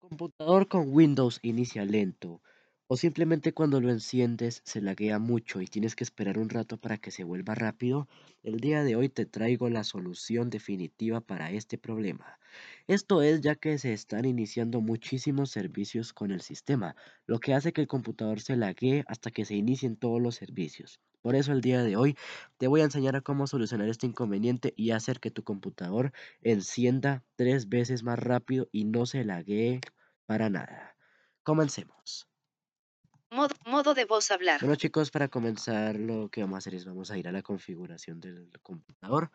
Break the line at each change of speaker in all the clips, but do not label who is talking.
computador con Windows inicia lento, o simplemente cuando lo enciendes se laguea mucho y tienes que esperar un rato para que se vuelva rápido, el día de hoy te traigo la solución definitiva para este problema. Esto es ya que se están iniciando muchísimos servicios con el sistema, lo que hace que el computador se laguee hasta que se inicien todos los servicios. Por eso el día de hoy te voy a enseñar a cómo solucionar este inconveniente y hacer que tu computador encienda tres veces más rápido y no se laguee para nada. Comencemos.
Modo, modo de voz hablar.
Bueno chicos, para comenzar lo que vamos a hacer es vamos a ir a la configuración del computador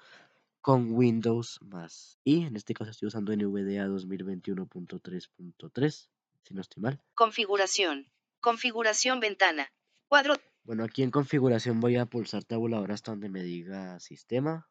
con Windows más y en este caso estoy usando NVDA 2021.3.3, si no estoy mal.
Configuración. Configuración ventana. Cuadro.
Bueno, aquí en configuración voy a pulsar tabulador hasta donde me diga sistema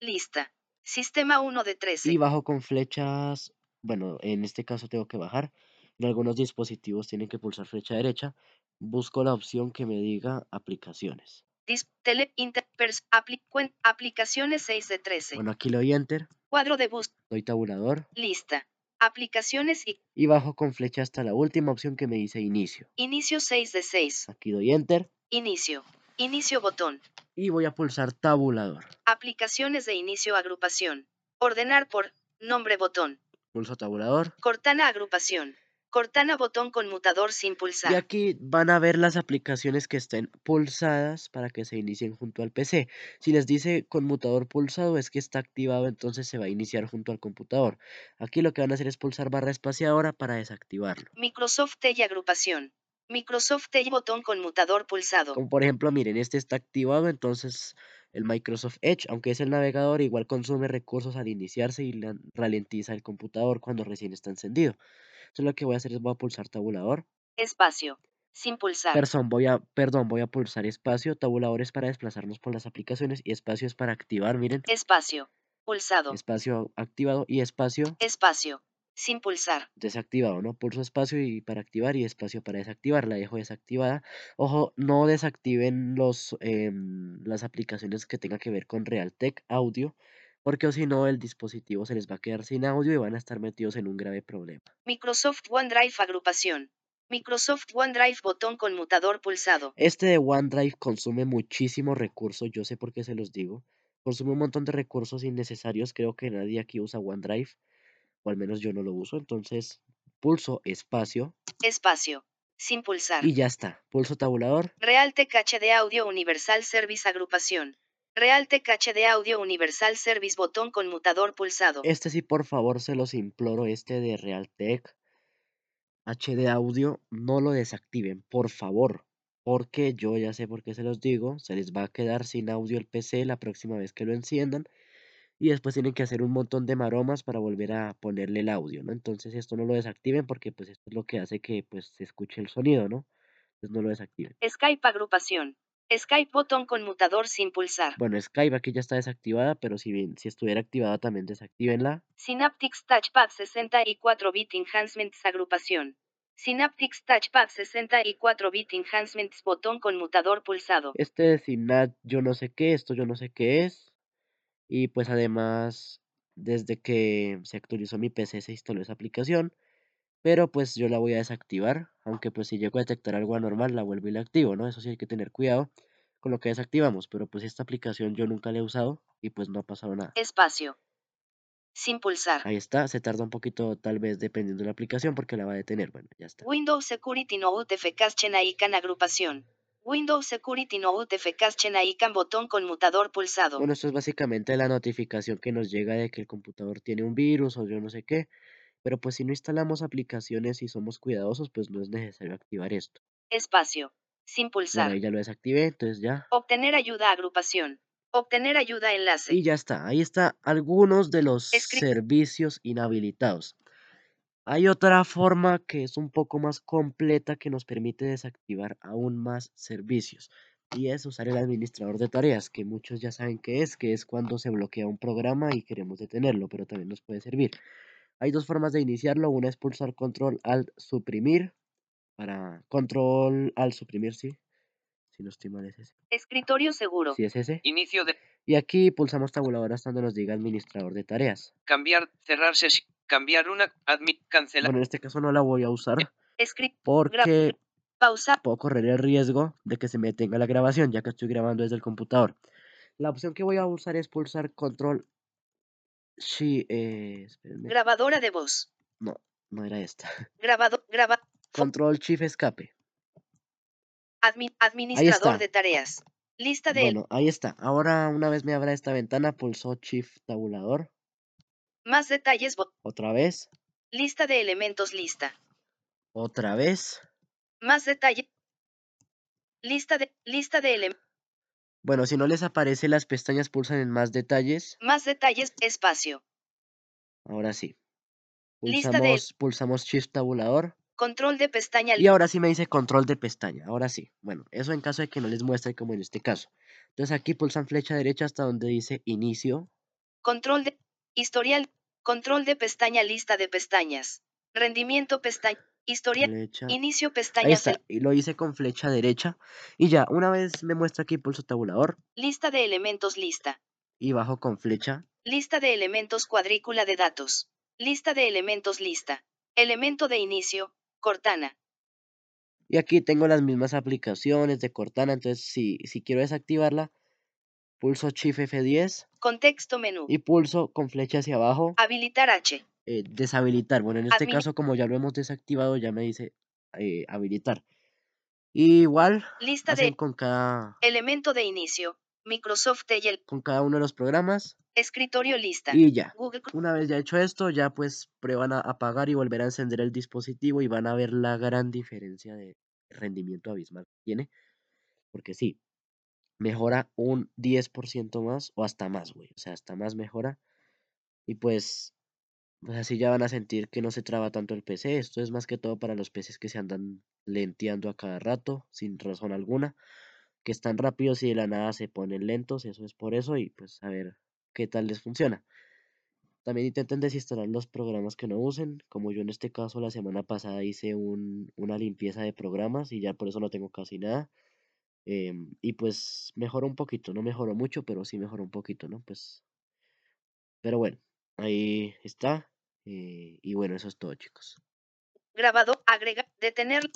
Lista. Sistema 1 de 13.
y bajo con flechas, bueno, en este caso tengo que bajar. En algunos dispositivos tienen que pulsar flecha derecha. Busco la opción que me diga aplicaciones.
Dis, tele, inter, pers, apli- cuen- aplicaciones 6 de 13.
Bueno, aquí le doy enter,
Cuadro de bus.
doy tabulador
Lista. Aplicaciones y
y bajo con flecha hasta la última opción que me dice inicio.
inicio 6 de 6.
Aquí doy enter
Inicio. Inicio botón.
y voy a pulsar tabulador.
Aplicaciones de inicio agrupación. Ordenar por nombre botón.
Pulso tabulador
Cortana agrupación. Cortana botón conmutador sin pulsar.
Y aquí van a ver las aplicaciones que estén pulsadas para que se inicien junto al PC. Si les dice conmutador pulsado es que está activado, entonces se va a iniciar junto al computador. Aquí lo que van a hacer es pulsar barra espaciadora para desactivarlo.
Microsoft Edge agrupación. Microsoft Edge botón conmutador pulsado.
Como por ejemplo, miren, este está activado, entonces el Microsoft Edge, aunque es el navegador, igual consume recursos al iniciarse y la- ralentiza el computador cuando recién está encendido. Entonces lo que voy a hacer es voy a pulsar tabulador.
Espacio. Sin pulsar.
Perdón, voy a, perdón, voy a pulsar espacio, tabulador es para desplazarnos por las aplicaciones y espacio es para activar, miren,
Espacio. Pulsado.
espacio activado y espacio
Espacio. Sin pulsar.
desactivado, ¿no? Pulso espacio y para activar y espacio para desactivar, la dejo desactivada. Ojo, no desactiven los, em, las aplicaciones que tengan que ver con Realtek Audio, porque o si no el dispositivo se les va a quedar sin audio y van a estar metidos en un grave problema.
Microsoft OneDrive agrupación. Microsoft OneDrive botón conmutador pulsado.
Este de OneDrive consume muchísimos recursos, yo sé por qué se los digo. Consume un montón de recursos innecesarios, creo que nadie aquí usa OneDrive, o al menos yo no lo uso, entonces pulso espacio
Espacio. Sin pulsar.
y ya está. Pulso tabulador,
Realtek HD Audio Universal Service agrupación. Realtek HD Audio Universal Service botón conmutador pulsado.
este sí por favor se los imploro, este de Realtek HD Audio, no lo desactiven, por favor. Porque yo ya sé por qué se los digo, se les va a quedar sin audio el PC la próxima vez que lo enciendan. y después tienen que hacer un montón de maromas para volver a ponerle el audio, ¿no? Entonces esto no lo desactiven porque pues esto es lo que hace que pues se escuche el sonido, ¿no? Entonces no lo desactiven.
Skype agrupación. Skype botón conmutador sin pulsar.
Bueno, Skype aquí ya está desactivada, pero si bien, si estuviera activada también desactívenla.
Synaptics Touchpad 64 bit enhancements agrupación. Synaptics Touchpad 64 bit enhancements botón conmutador pulsado.
Este de Synapse yo no sé qué, esto yo no sé qué es. Y pues además, desde que se actualizó mi PC se instaló esa aplicación. Pero pues yo la voy a desactivar, aunque pues si llego a detectar algo anormal la vuelvo y la activo, ¿no? Eso sí hay que tener cuidado con lo que desactivamos, pero pues esta aplicación yo nunca la he usado y pues no ha pasado
Eh
nada.
Espacio. Sin pulsar.
Ahí está, se tarda un poquito tal vez dependiendo de la aplicación porque la va a detener, bueno, ya está.
Windows Security Note FK Icon agrupación. Windows Security Note FK Icon botón conmutador pulsado.
Bueno, esto es básicamente la notificación que nos llega de que el computador tiene un virus o yo no sé qué, pero pues si no instalamos aplicaciones y somos cuidadosos, pues no es necesario activar esto.
Espacio. Sin
Bueno,
pulsar.
ahí ya lo desactivé, entonces ya
Obtener ayuda agrupación. Obtener ayuda enlace.
Y ya está, ahí está algunos de los
Escri-
servicios inhabilitados. Hay otra forma que es un poco más completa que nos permite desactivar aún más servicios y es usar el administrador de tareas, que muchos ya saben qué es, que es cuando se bloquea un programa y queremos detenerlo, pero también nos puede servir. Hay dos formas de iniciarlo, una es pulsar control al suprimir para control al suprimir, sí, si no estoy mal es ese.
Escritorio seguro.
Si es ese.
Inicio de
Y aquí pulsamos tabulador hasta donde nos diga administrador de tareas.
cambiar, cerrar sesión. Cambiar una. Admit. Cancelar.
Bueno, en este caso no la voy a usar
Script.
porque
Pausa.
puedo correr el riesgo de que se me detenga la grabación, ya que estoy grabando desde el computador. La opción que voy a usar es pulsar control. Sí, eh, espérenme,
Grabadora de voz.
no era esta.
Grabado. Graba.
Control Shift Escape.
admin-
está.
administrador de tareas. Lista de
Bueno, ahí está. Ahora una vez me abra esta ventana, pulso Shift Tabulador.
más detalles. bo-
Otra vez,
Lista de elementos. Lista.
otra vez.
Más detalle. Lista de lista de elementos.
Bueno, si no les aparece las pestañas, pulsan en más detalles.
Más detalles. Espacio.
Ahora sí.
Lista de-
Pulsamos, pulsamos Shift Tabulador.
Control de pestaña.
Y ahora sí me dice control de pestaña. Ahora sí. Bueno, eso en caso de que no les muestre como en este caso. Entonces aquí pulsan flecha derecha hasta donde dice inicio.
Control de historial. Control de pestaña. Lista de pestañas. Rendimiento pestaña. Historial.
Flecha.
Inicio
Ahí
pestaña.
está. Y lo hice con flecha derecha. Y ya, una vez me muestra aquí pulso tabulador
Lista de elementos. Lista.
y bajo con flecha.
Lista de elementos. Cuadrícula de datos. Lista de elementos. Lista. Elemento de inicio. Cortana.
Y aquí tengo las mismas aplicaciones de Cortana. Entonces, si, si quiero desactivarla, pulso Shift F10
Contexto menú.
y pulso con flecha hacia abajo
Habilitar H.
eh, deshabilitar. Bueno, en este
Admin-
caso, como ya lo hemos desactivado, ya me dice eh, habilitar. Y igual
Lista
hacen
de
con cada,
elemento de inicio. Microsoft Edge.
con cada uno de los programas
Escritorio lista.
y ya.
Google Chrome.
Una vez ya hecho esto, ya pues prueban a apagar y volver a encender el dispositivo y van a ver la gran diferencia de rendimiento abismal que tiene. Porque sí, mejora un 10% más o hasta más, güey. O sea, hasta más mejora. Y pues, pues así ya van a sentir que no se traba tanto el PC. Esto es más que todo para los PCs que se andan lenteando a cada rato, sin razón alguna. Que están rápidos y de la nada se ponen lentos. Eso es por eso. Y pues a ver qué tal les funciona. También intenten desinstalar los programas que no usen. Como yo en este caso la semana pasada hice un- una limpieza de programas y ya por eso no tengo casi nada. Em, y pues mejoró un poquito, no mejoró mucho, pero sí mejoró un poquito, ¿no? Pues, pero bueno, ahí está. eh, y bueno, eso es todo, chicos.
Grabado. Agregar. Detener.